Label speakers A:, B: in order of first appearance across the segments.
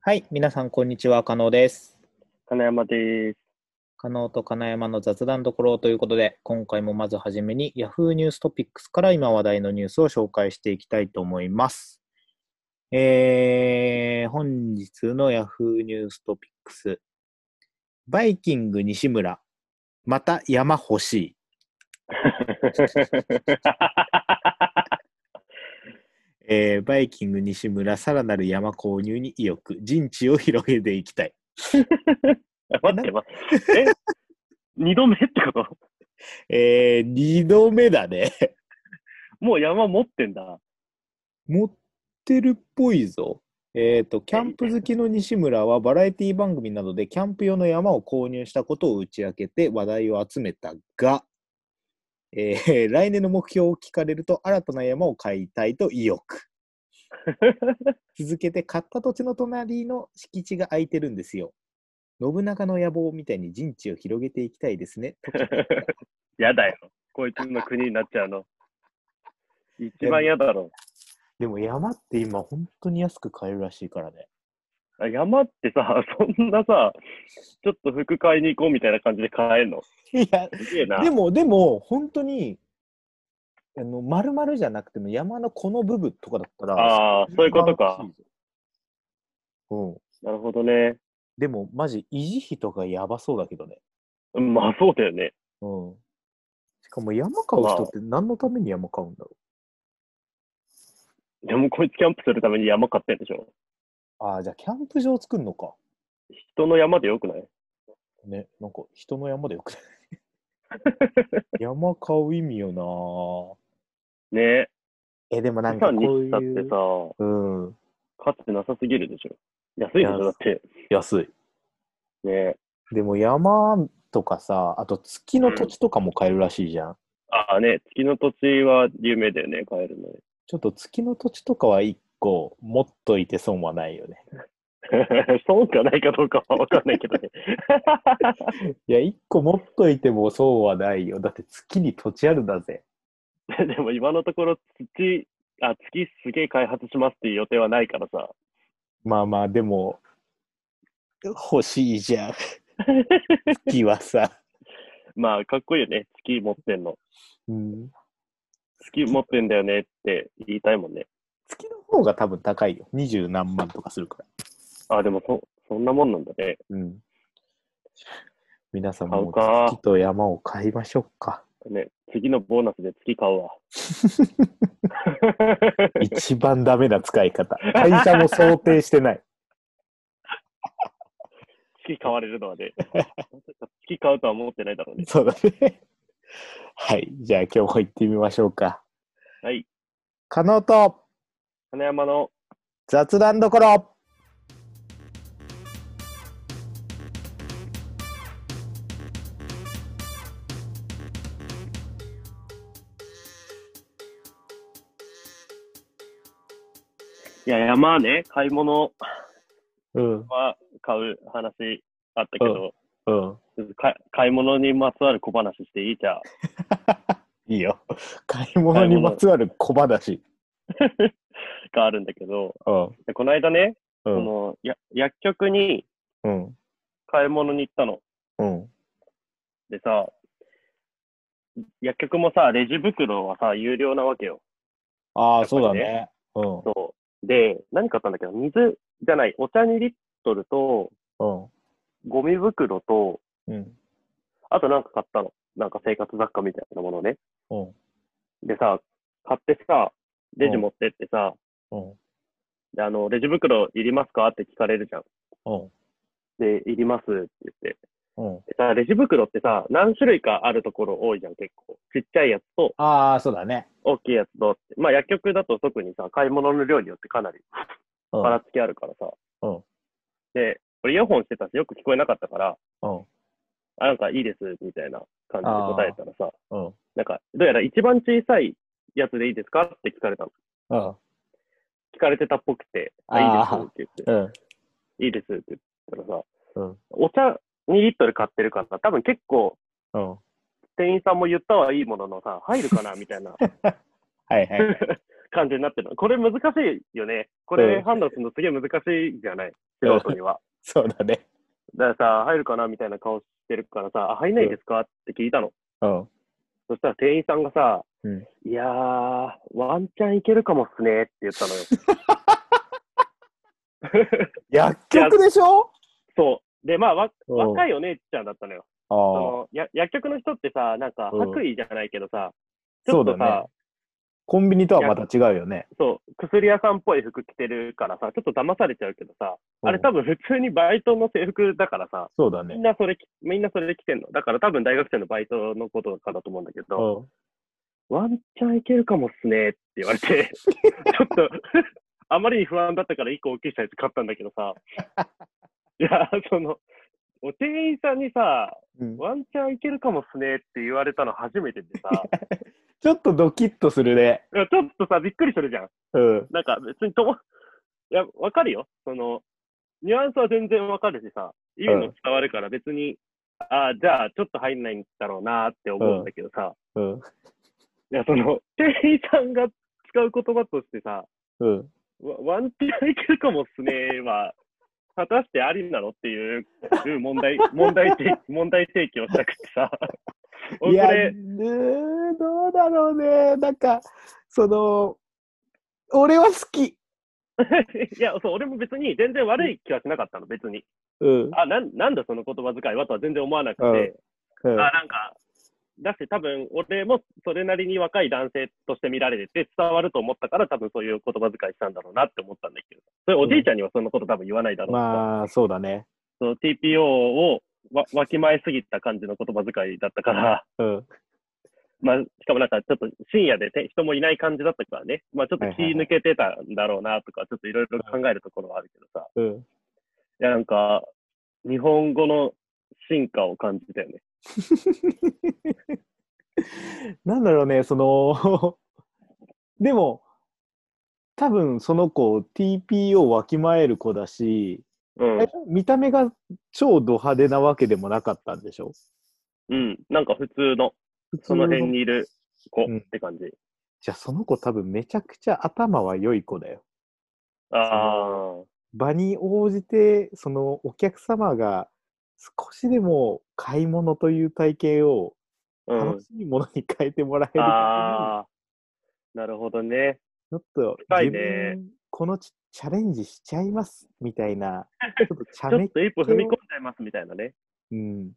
A: はい、皆さん、こんにちは。加納です。
B: 金山です。
A: 加納と金山の雑談どころということで、今回もまずはじめに Yahoo ニューストピックスから今話題のニュースを紹介していきたいと思います。えー、本日の Yahoo ニューストピックス。バイキング西村、また山欲しい。 えーバイキング西村、さらなる山購入に意欲、陣地を広げていきたい。
B: 待ってます。え 二度目ってこと
A: えー、二度目だね。
B: もう山持ってんだ。
A: 持ってるっぽいぞ。えっ、と、キャンプ好きの西村はバラエティ番組などでキャンプ用の山を購入したことを打ち明けて話題を集めたが、えー来年の目標を聞かれると新たな山を買いたいと意 欲。続けて買った土地の隣の敷地が空いてるんですよ。信長の野望みたいに陣地を広げていきたいですね。とか
B: やだよ。こいつの国になっちゃうの。一番嫌だろ。
A: でも山って今本当に安く買えるらしいからね。
B: あ山ってさ、そんなさ、ちょっと服買いに行こうみたいな感じで買えんの。
A: いや、
B: すげえな。
A: でも、でも、本当に、あの、丸々じゃなくても、山のこの部分とかだったら、
B: ああ、そういうことか
A: 素晴らし。いぞ。うん。
B: なるほどね。
A: でも、マジ、維持費とかやばそうだけどね。
B: うんまあそうだよね。
A: うん。しかも、山買う人って何のために山買うんだろ
B: でもこいつキャンプするために山買ってんでしょ。
A: う。ああ、じゃあ、キャンプ場作るのか。
B: 人の山でよくない
A: ね、なんか、人の山でよ くない山買う意味よ
B: ね
A: なぁえ、でも
B: え。
A: なんか
B: さ、
A: こう
B: 日だって
A: いう
B: さ、、
A: うん、
B: 価値なさすぎるでしょ。安いでし
A: いや
B: ょ、だって。
A: 安い。
B: ね
A: でも、山とかさ、あと、月の土地とかも買えるらしいじゃん。
B: ああね、月の土地は有名だよね、買える のね。
A: ちょっと月の土地とかは一個持っといて損はないよね。
B: 損がないかどうかは分かんないけどね。
A: いや、一個持っといても損はないよ。だって月に土地あるんだぜ。
B: でも今のところ土、あ、月すげえ開発しますっていう予定はないからさ。
A: まあまあ、でも、欲しいじ ゃん。月はさ。
B: まあ、かっこいいよね。月持ってんの。
A: うん、
B: 月持ってんだよねって言いたいもんね。
A: 月の方が多分高いよ。二十何万とかするから。
B: あ、でもそ、そんなもんなんだね。
A: うん。皆さんも
B: 買うか
A: 月と山を買いましょうか。
B: ね、次のボーナスで月買うわ。
A: 一番ダメな使い方。会社も想定してない。
B: 月買われるのはね。 月買うとは思ってないだろうね。
A: そうだね。はい。じゃあ今日も行ってみましょうか。
B: はい。
A: 加納と
B: 花山の
A: 雑談どころ
B: いや、山ね、買い物
A: うん。
B: は買う話あったけど、
A: うん。
B: か買い物にまつわる小話していいじゃん。
A: いいよ。 買い物にまつわる小話。
B: があるんだけど、
A: うん。
B: でこの間ね、
A: う
B: そ
A: ん。
B: のや薬局に
A: うん。
B: 買い物に行ったの。
A: うん。
B: でさ、薬局もさ、レジ袋はさ、有料なわけよ。
A: ああ、
B: やっぱ
A: そう
B: りね
A: だね。うん。うん。
B: そう。で、何買ったんだっけど、水じゃない、お茶2リットルと、ゴミ袋と、
A: うん。
B: あとなんか買ったの。なんか生活雑貨みたいなものね。
A: うん。
B: でさ、買ってさ、レジ持ってってさ、
A: うん。
B: であのレジ袋いりますかって聞かれるじゃん。
A: うん。
B: で、いりますって言って。
A: うん。
B: でさ、レジ袋ってさ、何種類かあるところ多いじゃん、結構。ちっちゃいやつと、
A: ああ、そうだね。
B: 大きいやつとって。まあ、薬局だと特にさ、買い物の量によってかなり
A: う
B: ばら
A: ん。
B: つきあるからさ。
A: うん
B: で、俺イヤホンしてたし、よく聞こえなかったから、
A: うん。
B: あ、なんかいいです、みたいな感じで答えたらさ、
A: うん。
B: なんか、どうやら一番小さいやつでいいですかって聞かれたの。
A: うん。
B: 聞かれてたっぽくて、
A: あ
B: あ
A: ー
B: いいですって言っ
A: うん。
B: て、いいですって言ったらさ、
A: うん
B: お茶2リットル買ってるから、多分結構
A: うん。は
B: 店員さんも言ったはいいもののさ、入るかなみたいな
A: いはい。
B: 感じになってるの。これ難しいよね。こ
A: うん
B: れ判断するのすげえ難しいじゃない素人には。
A: そうだね。
B: だからさ、入るかなみたいな顔してるからさ、あ、入んないですかって聞いたの。
A: うん。
B: そしたら店員さんがさ、
A: うん
B: いやー、ワンチャンいけるかもっすねって言ったの よ。
A: 薬局でしょ
B: そう。で、まあ、わ若
A: い。
B: いお姉ちゃんだったのよ。
A: あ
B: そ
A: あ。
B: のや薬局の人ってさ、なんか
A: うん
B: 白衣じゃないけどさ、ち
A: そ
B: ょ
A: う
B: っ
A: だ
B: と
A: ね
B: さ。
A: コンビニとはまた違うよね。
B: そう薬屋さんっぽい服着てるからさ、ちょっと騙されちゃうけどさ、あれ
A: うん
B: 多分普通にバイトの制服だからさ、
A: そうだ
B: みん
A: ね。
B: なそれ着、みんなそれ着てんの。だから多分大学生のバイトのことかだと思うんだけ
A: う
B: ど、
A: ん
B: ワンチャンいけるかもっすねって言わ れて、ちょっと、あまりに不安だったから1個大きいサイズ買ったんだけど さ、いや、その、お店員さんにさ、
A: うん
B: ワンチャンいけるかもっすねって言われたの初めてでさ、
A: ちょっとドキッとするね。
B: いやちょっとさ、びっくりするじゃん。
A: うん。
B: なんか別にとも、 いや、わかるよ。その、ニュアンスは全然わかるしさ、意味も伝わるから別に、ああ、じゃあちょっと入んないんだろうなって思うんだけどさ、
A: うん。
B: いや、その、店員さんが使う言葉としてさ、
A: うん。
B: ワワンチャンいけるかもっすねは、果たしてありなのっていういう問 題、問題提起、問題提起をしたくてさ、
A: い
B: 俺
A: や、
B: こ
A: ね
B: れ、
A: どうだろうね。なんか、その、俺は好き。
B: いや、そう、俺も別に全然悪い気はしなかったの、別に。
A: うん。
B: あ、なんなんだその言葉遣いはとは全然思わなくて、
A: うんうん
B: あなんか、だし、多分俺もそれなりに若い男性として見られてて、伝わると思ったから、多分そういう言葉遣いしたんだろうなって思ったんだけど、それおじいちゃんにはそんなこと多分言わないだろうから、
A: まあ、そうだね。
B: その TPO をわわきまえすぎた感じの言葉遣いだったから、
A: うん。
B: まあ、しかもなんかちょっと深夜でて人もいない感じだったからね、まあ、ちょっと気抜けてたんだろうなとか、ちょっといろいろ考えるところはあるけどさ、
A: うん。
B: いやなんか、日本語の進化を感じたよね。
A: なんだろうね、その、 でも、多分その子、TPO をわきまえる子だし、
B: うん
A: 見た目が超ド派手なわけでもなかったんでしょ
B: うん、なんか普通の、その辺にいる子って感じ。
A: じゃあその子多分めちゃくちゃ頭は良い子だよ。
B: ああ、
A: 場に応じてそのお客様が少しでも買い物という体系を
B: うん
A: 楽。しいものに変えてもらえるた
B: ああ、なるほどね。
A: めに、ちょっと
B: 深
A: 自
B: いね
A: 分このチチャレンジしちゃいますみたい な、ちょっとチ
B: ち
A: ャ
B: ょ
A: メ
B: っ、と一歩踏み込んじゃいますみたいなね。
A: うん、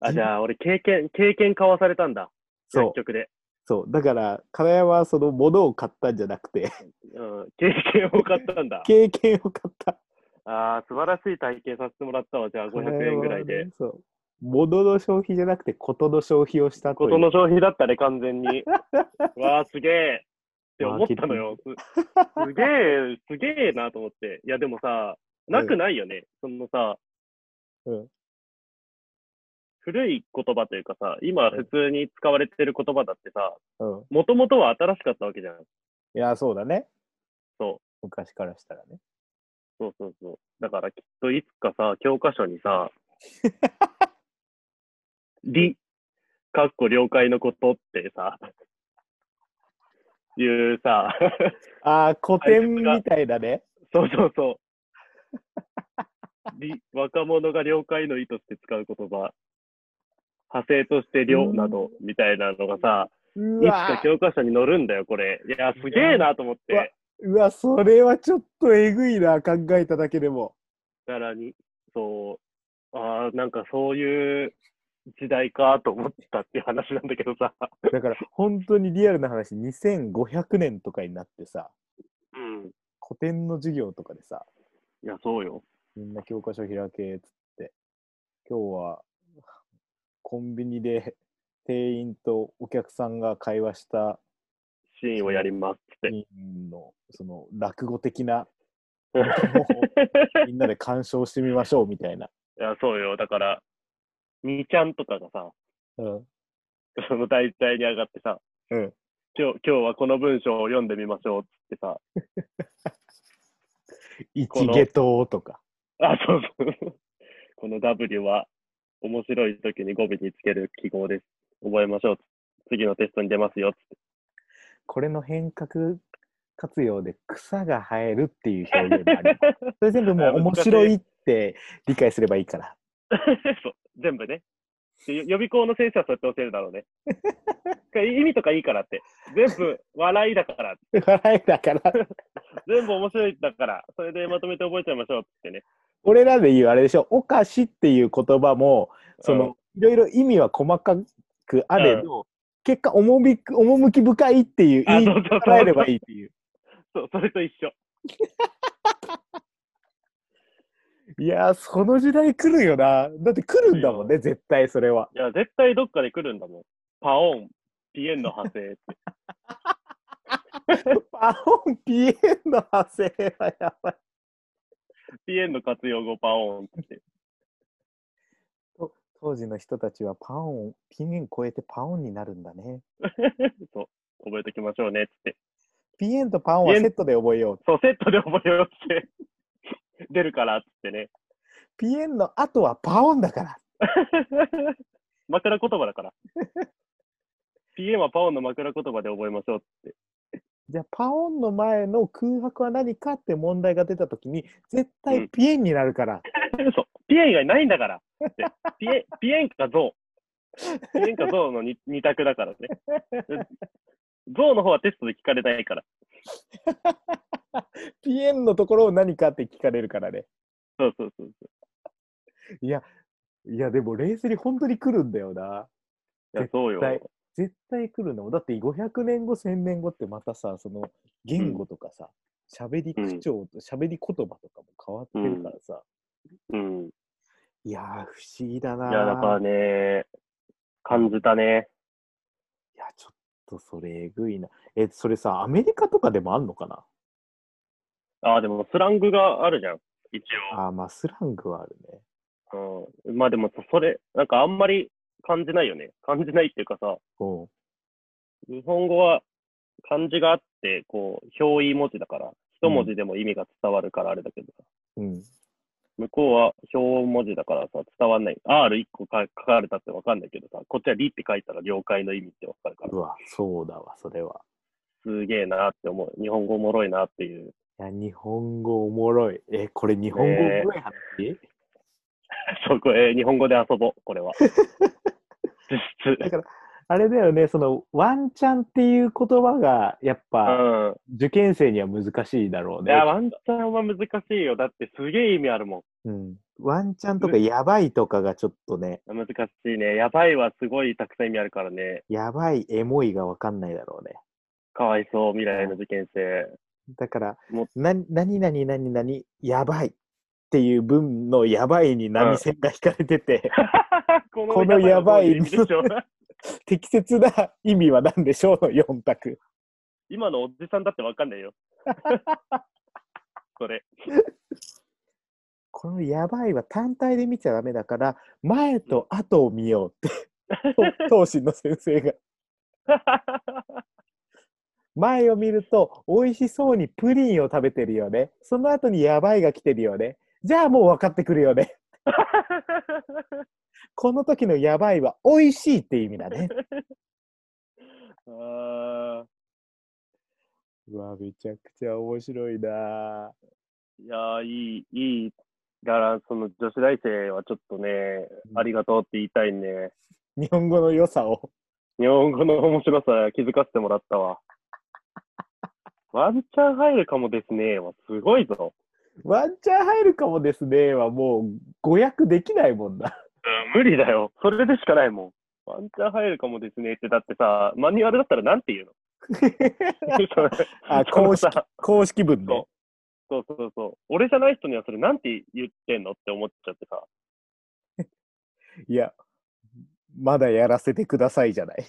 B: あ、じゃあ俺経験、経験交わされたんだ。
A: そう
B: 薬、局で。
A: そう。だから、金山はその物を買ったんじゃなくて、
B: うん、経験を買ったんだ。
A: 経験を買った。
B: ああ、素晴らしい体験させてもらったわ。じゃあ500円ぐらいで。
A: ね。そう。物の消費じゃなくて、ことの消費をしたとい
B: こ
A: う。
B: との消費だったね、完 全に。わあ、すげえって思ったのよ。すすげえ、すげえなと思って。いや、でもさ、なくないよね。そのさ、
A: うん
B: 古い言葉というかさ、今普通に使われてる言葉だってさ、
A: うん。
B: もともとは新しかったわけじゃん。
A: いや、そうだね。
B: そう。
A: 昔からしたらね。
B: そうそうそう。だからきっといつかさ、教科書に さ、理、かっこ了解のことってさ、いうさ、
A: ああ、古典みたいだね。
B: そうそう そう。り若者が了解の意として使う言葉、派生として
A: う
B: 了
A: ん
B: などみたいなのがさ、いうつ
A: わ
B: か教科書に載るんだよ、これ。いや、すげえなと思っ
A: うわ
B: て。
A: うわ、それはちょっとえぐいな、考えただけでも。
B: さらに、そう、ああ、なんかそういう時代かと思ったっていう話なんだけどさ。
A: だから、本当にリアルな話、2500年とかになってさ、
B: うん。い
A: 古典の授業とかでさ、
B: や、そうよ。
A: みんな教科書開けっつって、今日はコンビニで店員とお客さんが会話した
B: シーンをやります って。
A: シーンのその落語的 な
B: い
A: もうみんなで鑑賞してみましょうみたいな。
B: や、そうよ。だから、にちゃんとかがさ、
A: うん、
B: その題材に上がってさ、
A: うん
B: 今日今日はこの文章を読んでみましょうっつってさ、
A: 一
B: この
A: 下等とか。
B: あ、そうそう。 この W は面白い時に語尾につける記号です。覚えましょう。次のテストに出ますよっつって。
A: これの変革活用で草が生えるっていう表現があります。 それ全部もう面白いって理解すればいいから。
B: そう、全部ね。でよ予備校の先生はそうやって教えるだろ うね。意味とかいいからって。全部笑いだから。
A: 笑いだから。
B: 全部面白いだから。それでまとめて覚えちゃいましょうってね。
A: 俺らで言うあれでしょ、お菓子っていう言葉も、その、いろいろ意味は細かくあれど、結果、重みく、趣深いっていう、
B: あ
A: いい、
B: そうそうそう
A: 捉えればいいっていう。
B: そう、それと一緒。
A: いやー、その時代来るよな。だって来るんだもんね、絶対それは。
B: いや、絶対どっかで来るんだもん。パオン、ピエンの派生。
A: パオン、ピエンの派生はやばい。
B: ピエンの活用語、パオンって。
A: 当時の人たちはパオン、ピエン超えてパオンになるんだね。
B: そう、覚えておきましょうねって。
A: ピエンとパオンはセットで覚えよう。
B: そう、セットで覚えようって。 出るからっつってね。
A: ピエンの後はパオンだから。
B: 枕言葉 だから。ピエンはパオンの枕言葉で覚えましょうって。
A: じゃあ、パオンの前の空白は何かって問題が出たときに、絶対ピエンになるから。
B: そう、ピエン以外ないんだから って。ピエン、ピエンかゾウ。ピエンかゾウのに二択 だからね。ゾウの方はテストで聞かれないから。
A: ピエンのところを何かって聞かれるからね。
B: そうそうそうそう。
A: いや、いや、でも冷静に本当に来るんだよな。
B: いや、そうよ。
A: 対絶対来るんだもん。だって500年後、1000年後ってまたさ、その言語とかさ、喋、り口調と喋、り言葉とかも変わってるからさ。
B: うん。
A: いやー、不思議だなー。
B: いや、だからね、感じたね。
A: いや、ちょっとそれえぐいな。え、それさ、アメリカとかでもあんのかな
B: ああ、でもスラングがあるじゃん。一
A: あーまあ、スラングはあるね。
B: 応。うん、まあでもさ、それ、なんかあんまり感じないよね。感じないっていうかさ、
A: うん。
B: 日本語は漢字があって、こう、表意文字だから、一文字でも意味が伝わるからあれだけどさ、
A: うん。
B: 向こうは表文字だからさ、伝わんない。R1 個か書かれたってわかんないけどさ、こっちはリって書いたら了解の意味ってわかるから
A: う、わ、そうだわ、それは。
B: すげえなって思う。日本語おもろいなっていう。
A: いや、日本語おもろい。え、これ日本語おも
B: ねえ
A: ろい話、
B: そこへ日本語で遊ぼう、これは。実質。
A: だから、あれだよね、その、ワンチャンっていう言葉が、やっぱ、
B: うん。
A: 受験生には難しいだろう
B: い
A: ね。
B: や、ワンチャンは難しいよ。だってすげえ意味あるも
A: うん、ワンチャンとか、やばいとかがちょっとね、
B: ん。難しいね。やばいはすごいたくさん意味あるからね。
A: やばい、エモいがわかんないだろうね。
B: かわいそう、未来の受験生。
A: だから
B: も、
A: な何々何々、やばいっていう文のやばいに波線が引かれてて、
B: こ
A: このやばい
B: 意味 でしょ。
A: 適切な意味は何でしょうの4択。
B: 今のおじさんだってわかん ないよ。それ。
A: このやばいは単体で見ちゃダメだから、前と後を見ようって、と当心の先生が。前を見ると、美味しそうにプリンを食べてるよね。その後にやばいが来てるよね。じゃあもう分かってくるよね。この時のやばいは美味しいって意味だね。
B: あ
A: うわ、めちゃくちゃ面白いな
B: ーいやー、いい、いい。だから、その女子大生はちょっとね、ありがとうって言いたいね。
A: 日本語の良さを。
B: 日本語の面白さ気づかせてもらっ たわ。ワンチャン入るかもですね。はすごいぞ。
A: ワンチャン入るかもですねはもう誤訳できないもんな。
B: 無理だよ。それでしかないもん。ワンチャン入るかもですねって、だってさ、マニュアルだったらなんて言うのそれ
A: あ
B: その
A: 公式
B: さ
A: 公式文ね。
B: そうそうそうそう。俺じゃない人にはそれなんて言ってんのって思っちゃってさ。
A: いや、まだやらせてくださいじゃ ない。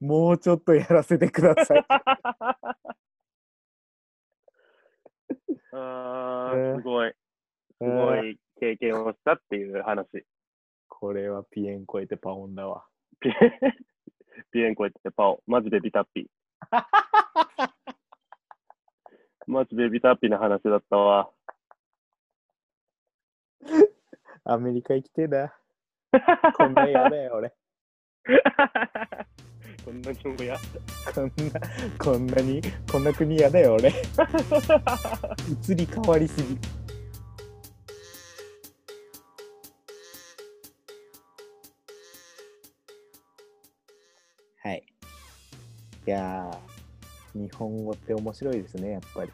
A: もうちょっとやらせてくださ い。
B: あ
A: ね
B: ーすごい。すごい経験をしたっていう話。
A: これはピエン超えてパオンだわ。
B: ピエンピエン超えてパオ。マジでビタッ ピ。マジでビタッピな話だったわ。
A: アメリカ行きてえな。こんなんやだよ、俺。
B: こんな日本語や。
A: こんな、こんなに、こんな国嫌だよ、俺。移り変わりすぎ。はい。いやー、日本語って面白いですね、やっぱり。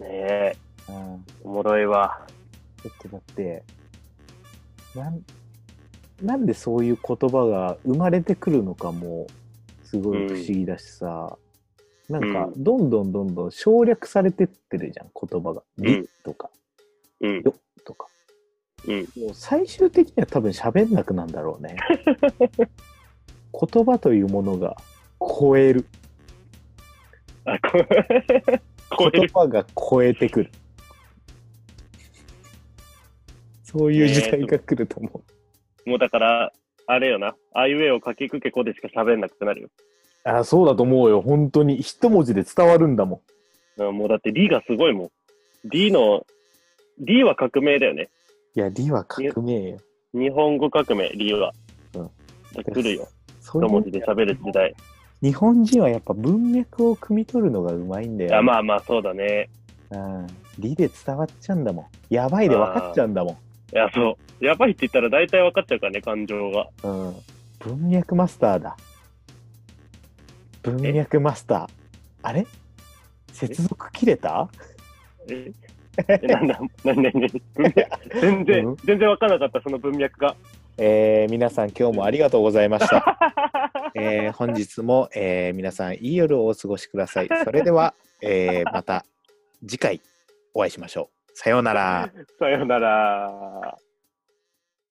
B: ねえ、
A: うん。
B: おもろいわ。
A: ちょっとだって、なん、なんでそういう言葉が生まれてくるのかも、すごい不思議だしさ、なんか
B: う、
A: どんどんどんどん省略されてってるじゃん、言葉が。
B: ん
A: りとか、
B: うん。
A: よとか。
B: うん。
A: もう最終的には多分喋んなくなんだろう ね。言葉というものが超える。
B: あ、 こ超え
A: 言
B: る。
A: 葉が超えてくる。そういう時代が来ると思う。
B: もうだから、あれよな。あいうえおかきくけこでしか喋んなくなるよ。
A: あそうだと思うよ、本当に。一文字で伝わるんだも
B: うんもうだって D がすごいもん。D の、D は革命だよね。
A: ん。いや、理は革命よ。
B: 日本語革命、理由は。
A: うん
B: 来るよ。
A: そう
B: 一文字
A: い
B: で
A: う
B: 喋る時代。
A: 日本人はやっぱ文脈を汲み取るのがうまいんだよ。
B: あまあまあ、そうだね。
A: うん。理で伝わっちゃうんだもん。やばいで分かっちゃうんだも
B: いや、そう。やばいって言ったら大体分かっちゃうからね、感情が。
A: ん。うん。文脈マスターだ。文脈マスター。あれ接続切れた
B: ええなんだ、 なになになに文脈全
A: う
B: 然
A: ん、
B: 全然分からなかった、その文脈が。
A: えー、皆さん今日もありがとうございました。えー本日も、えー皆さんいい夜をお過ごしください。それでは、えーまた次回お会いしましょう。さようなら。
B: さよなら。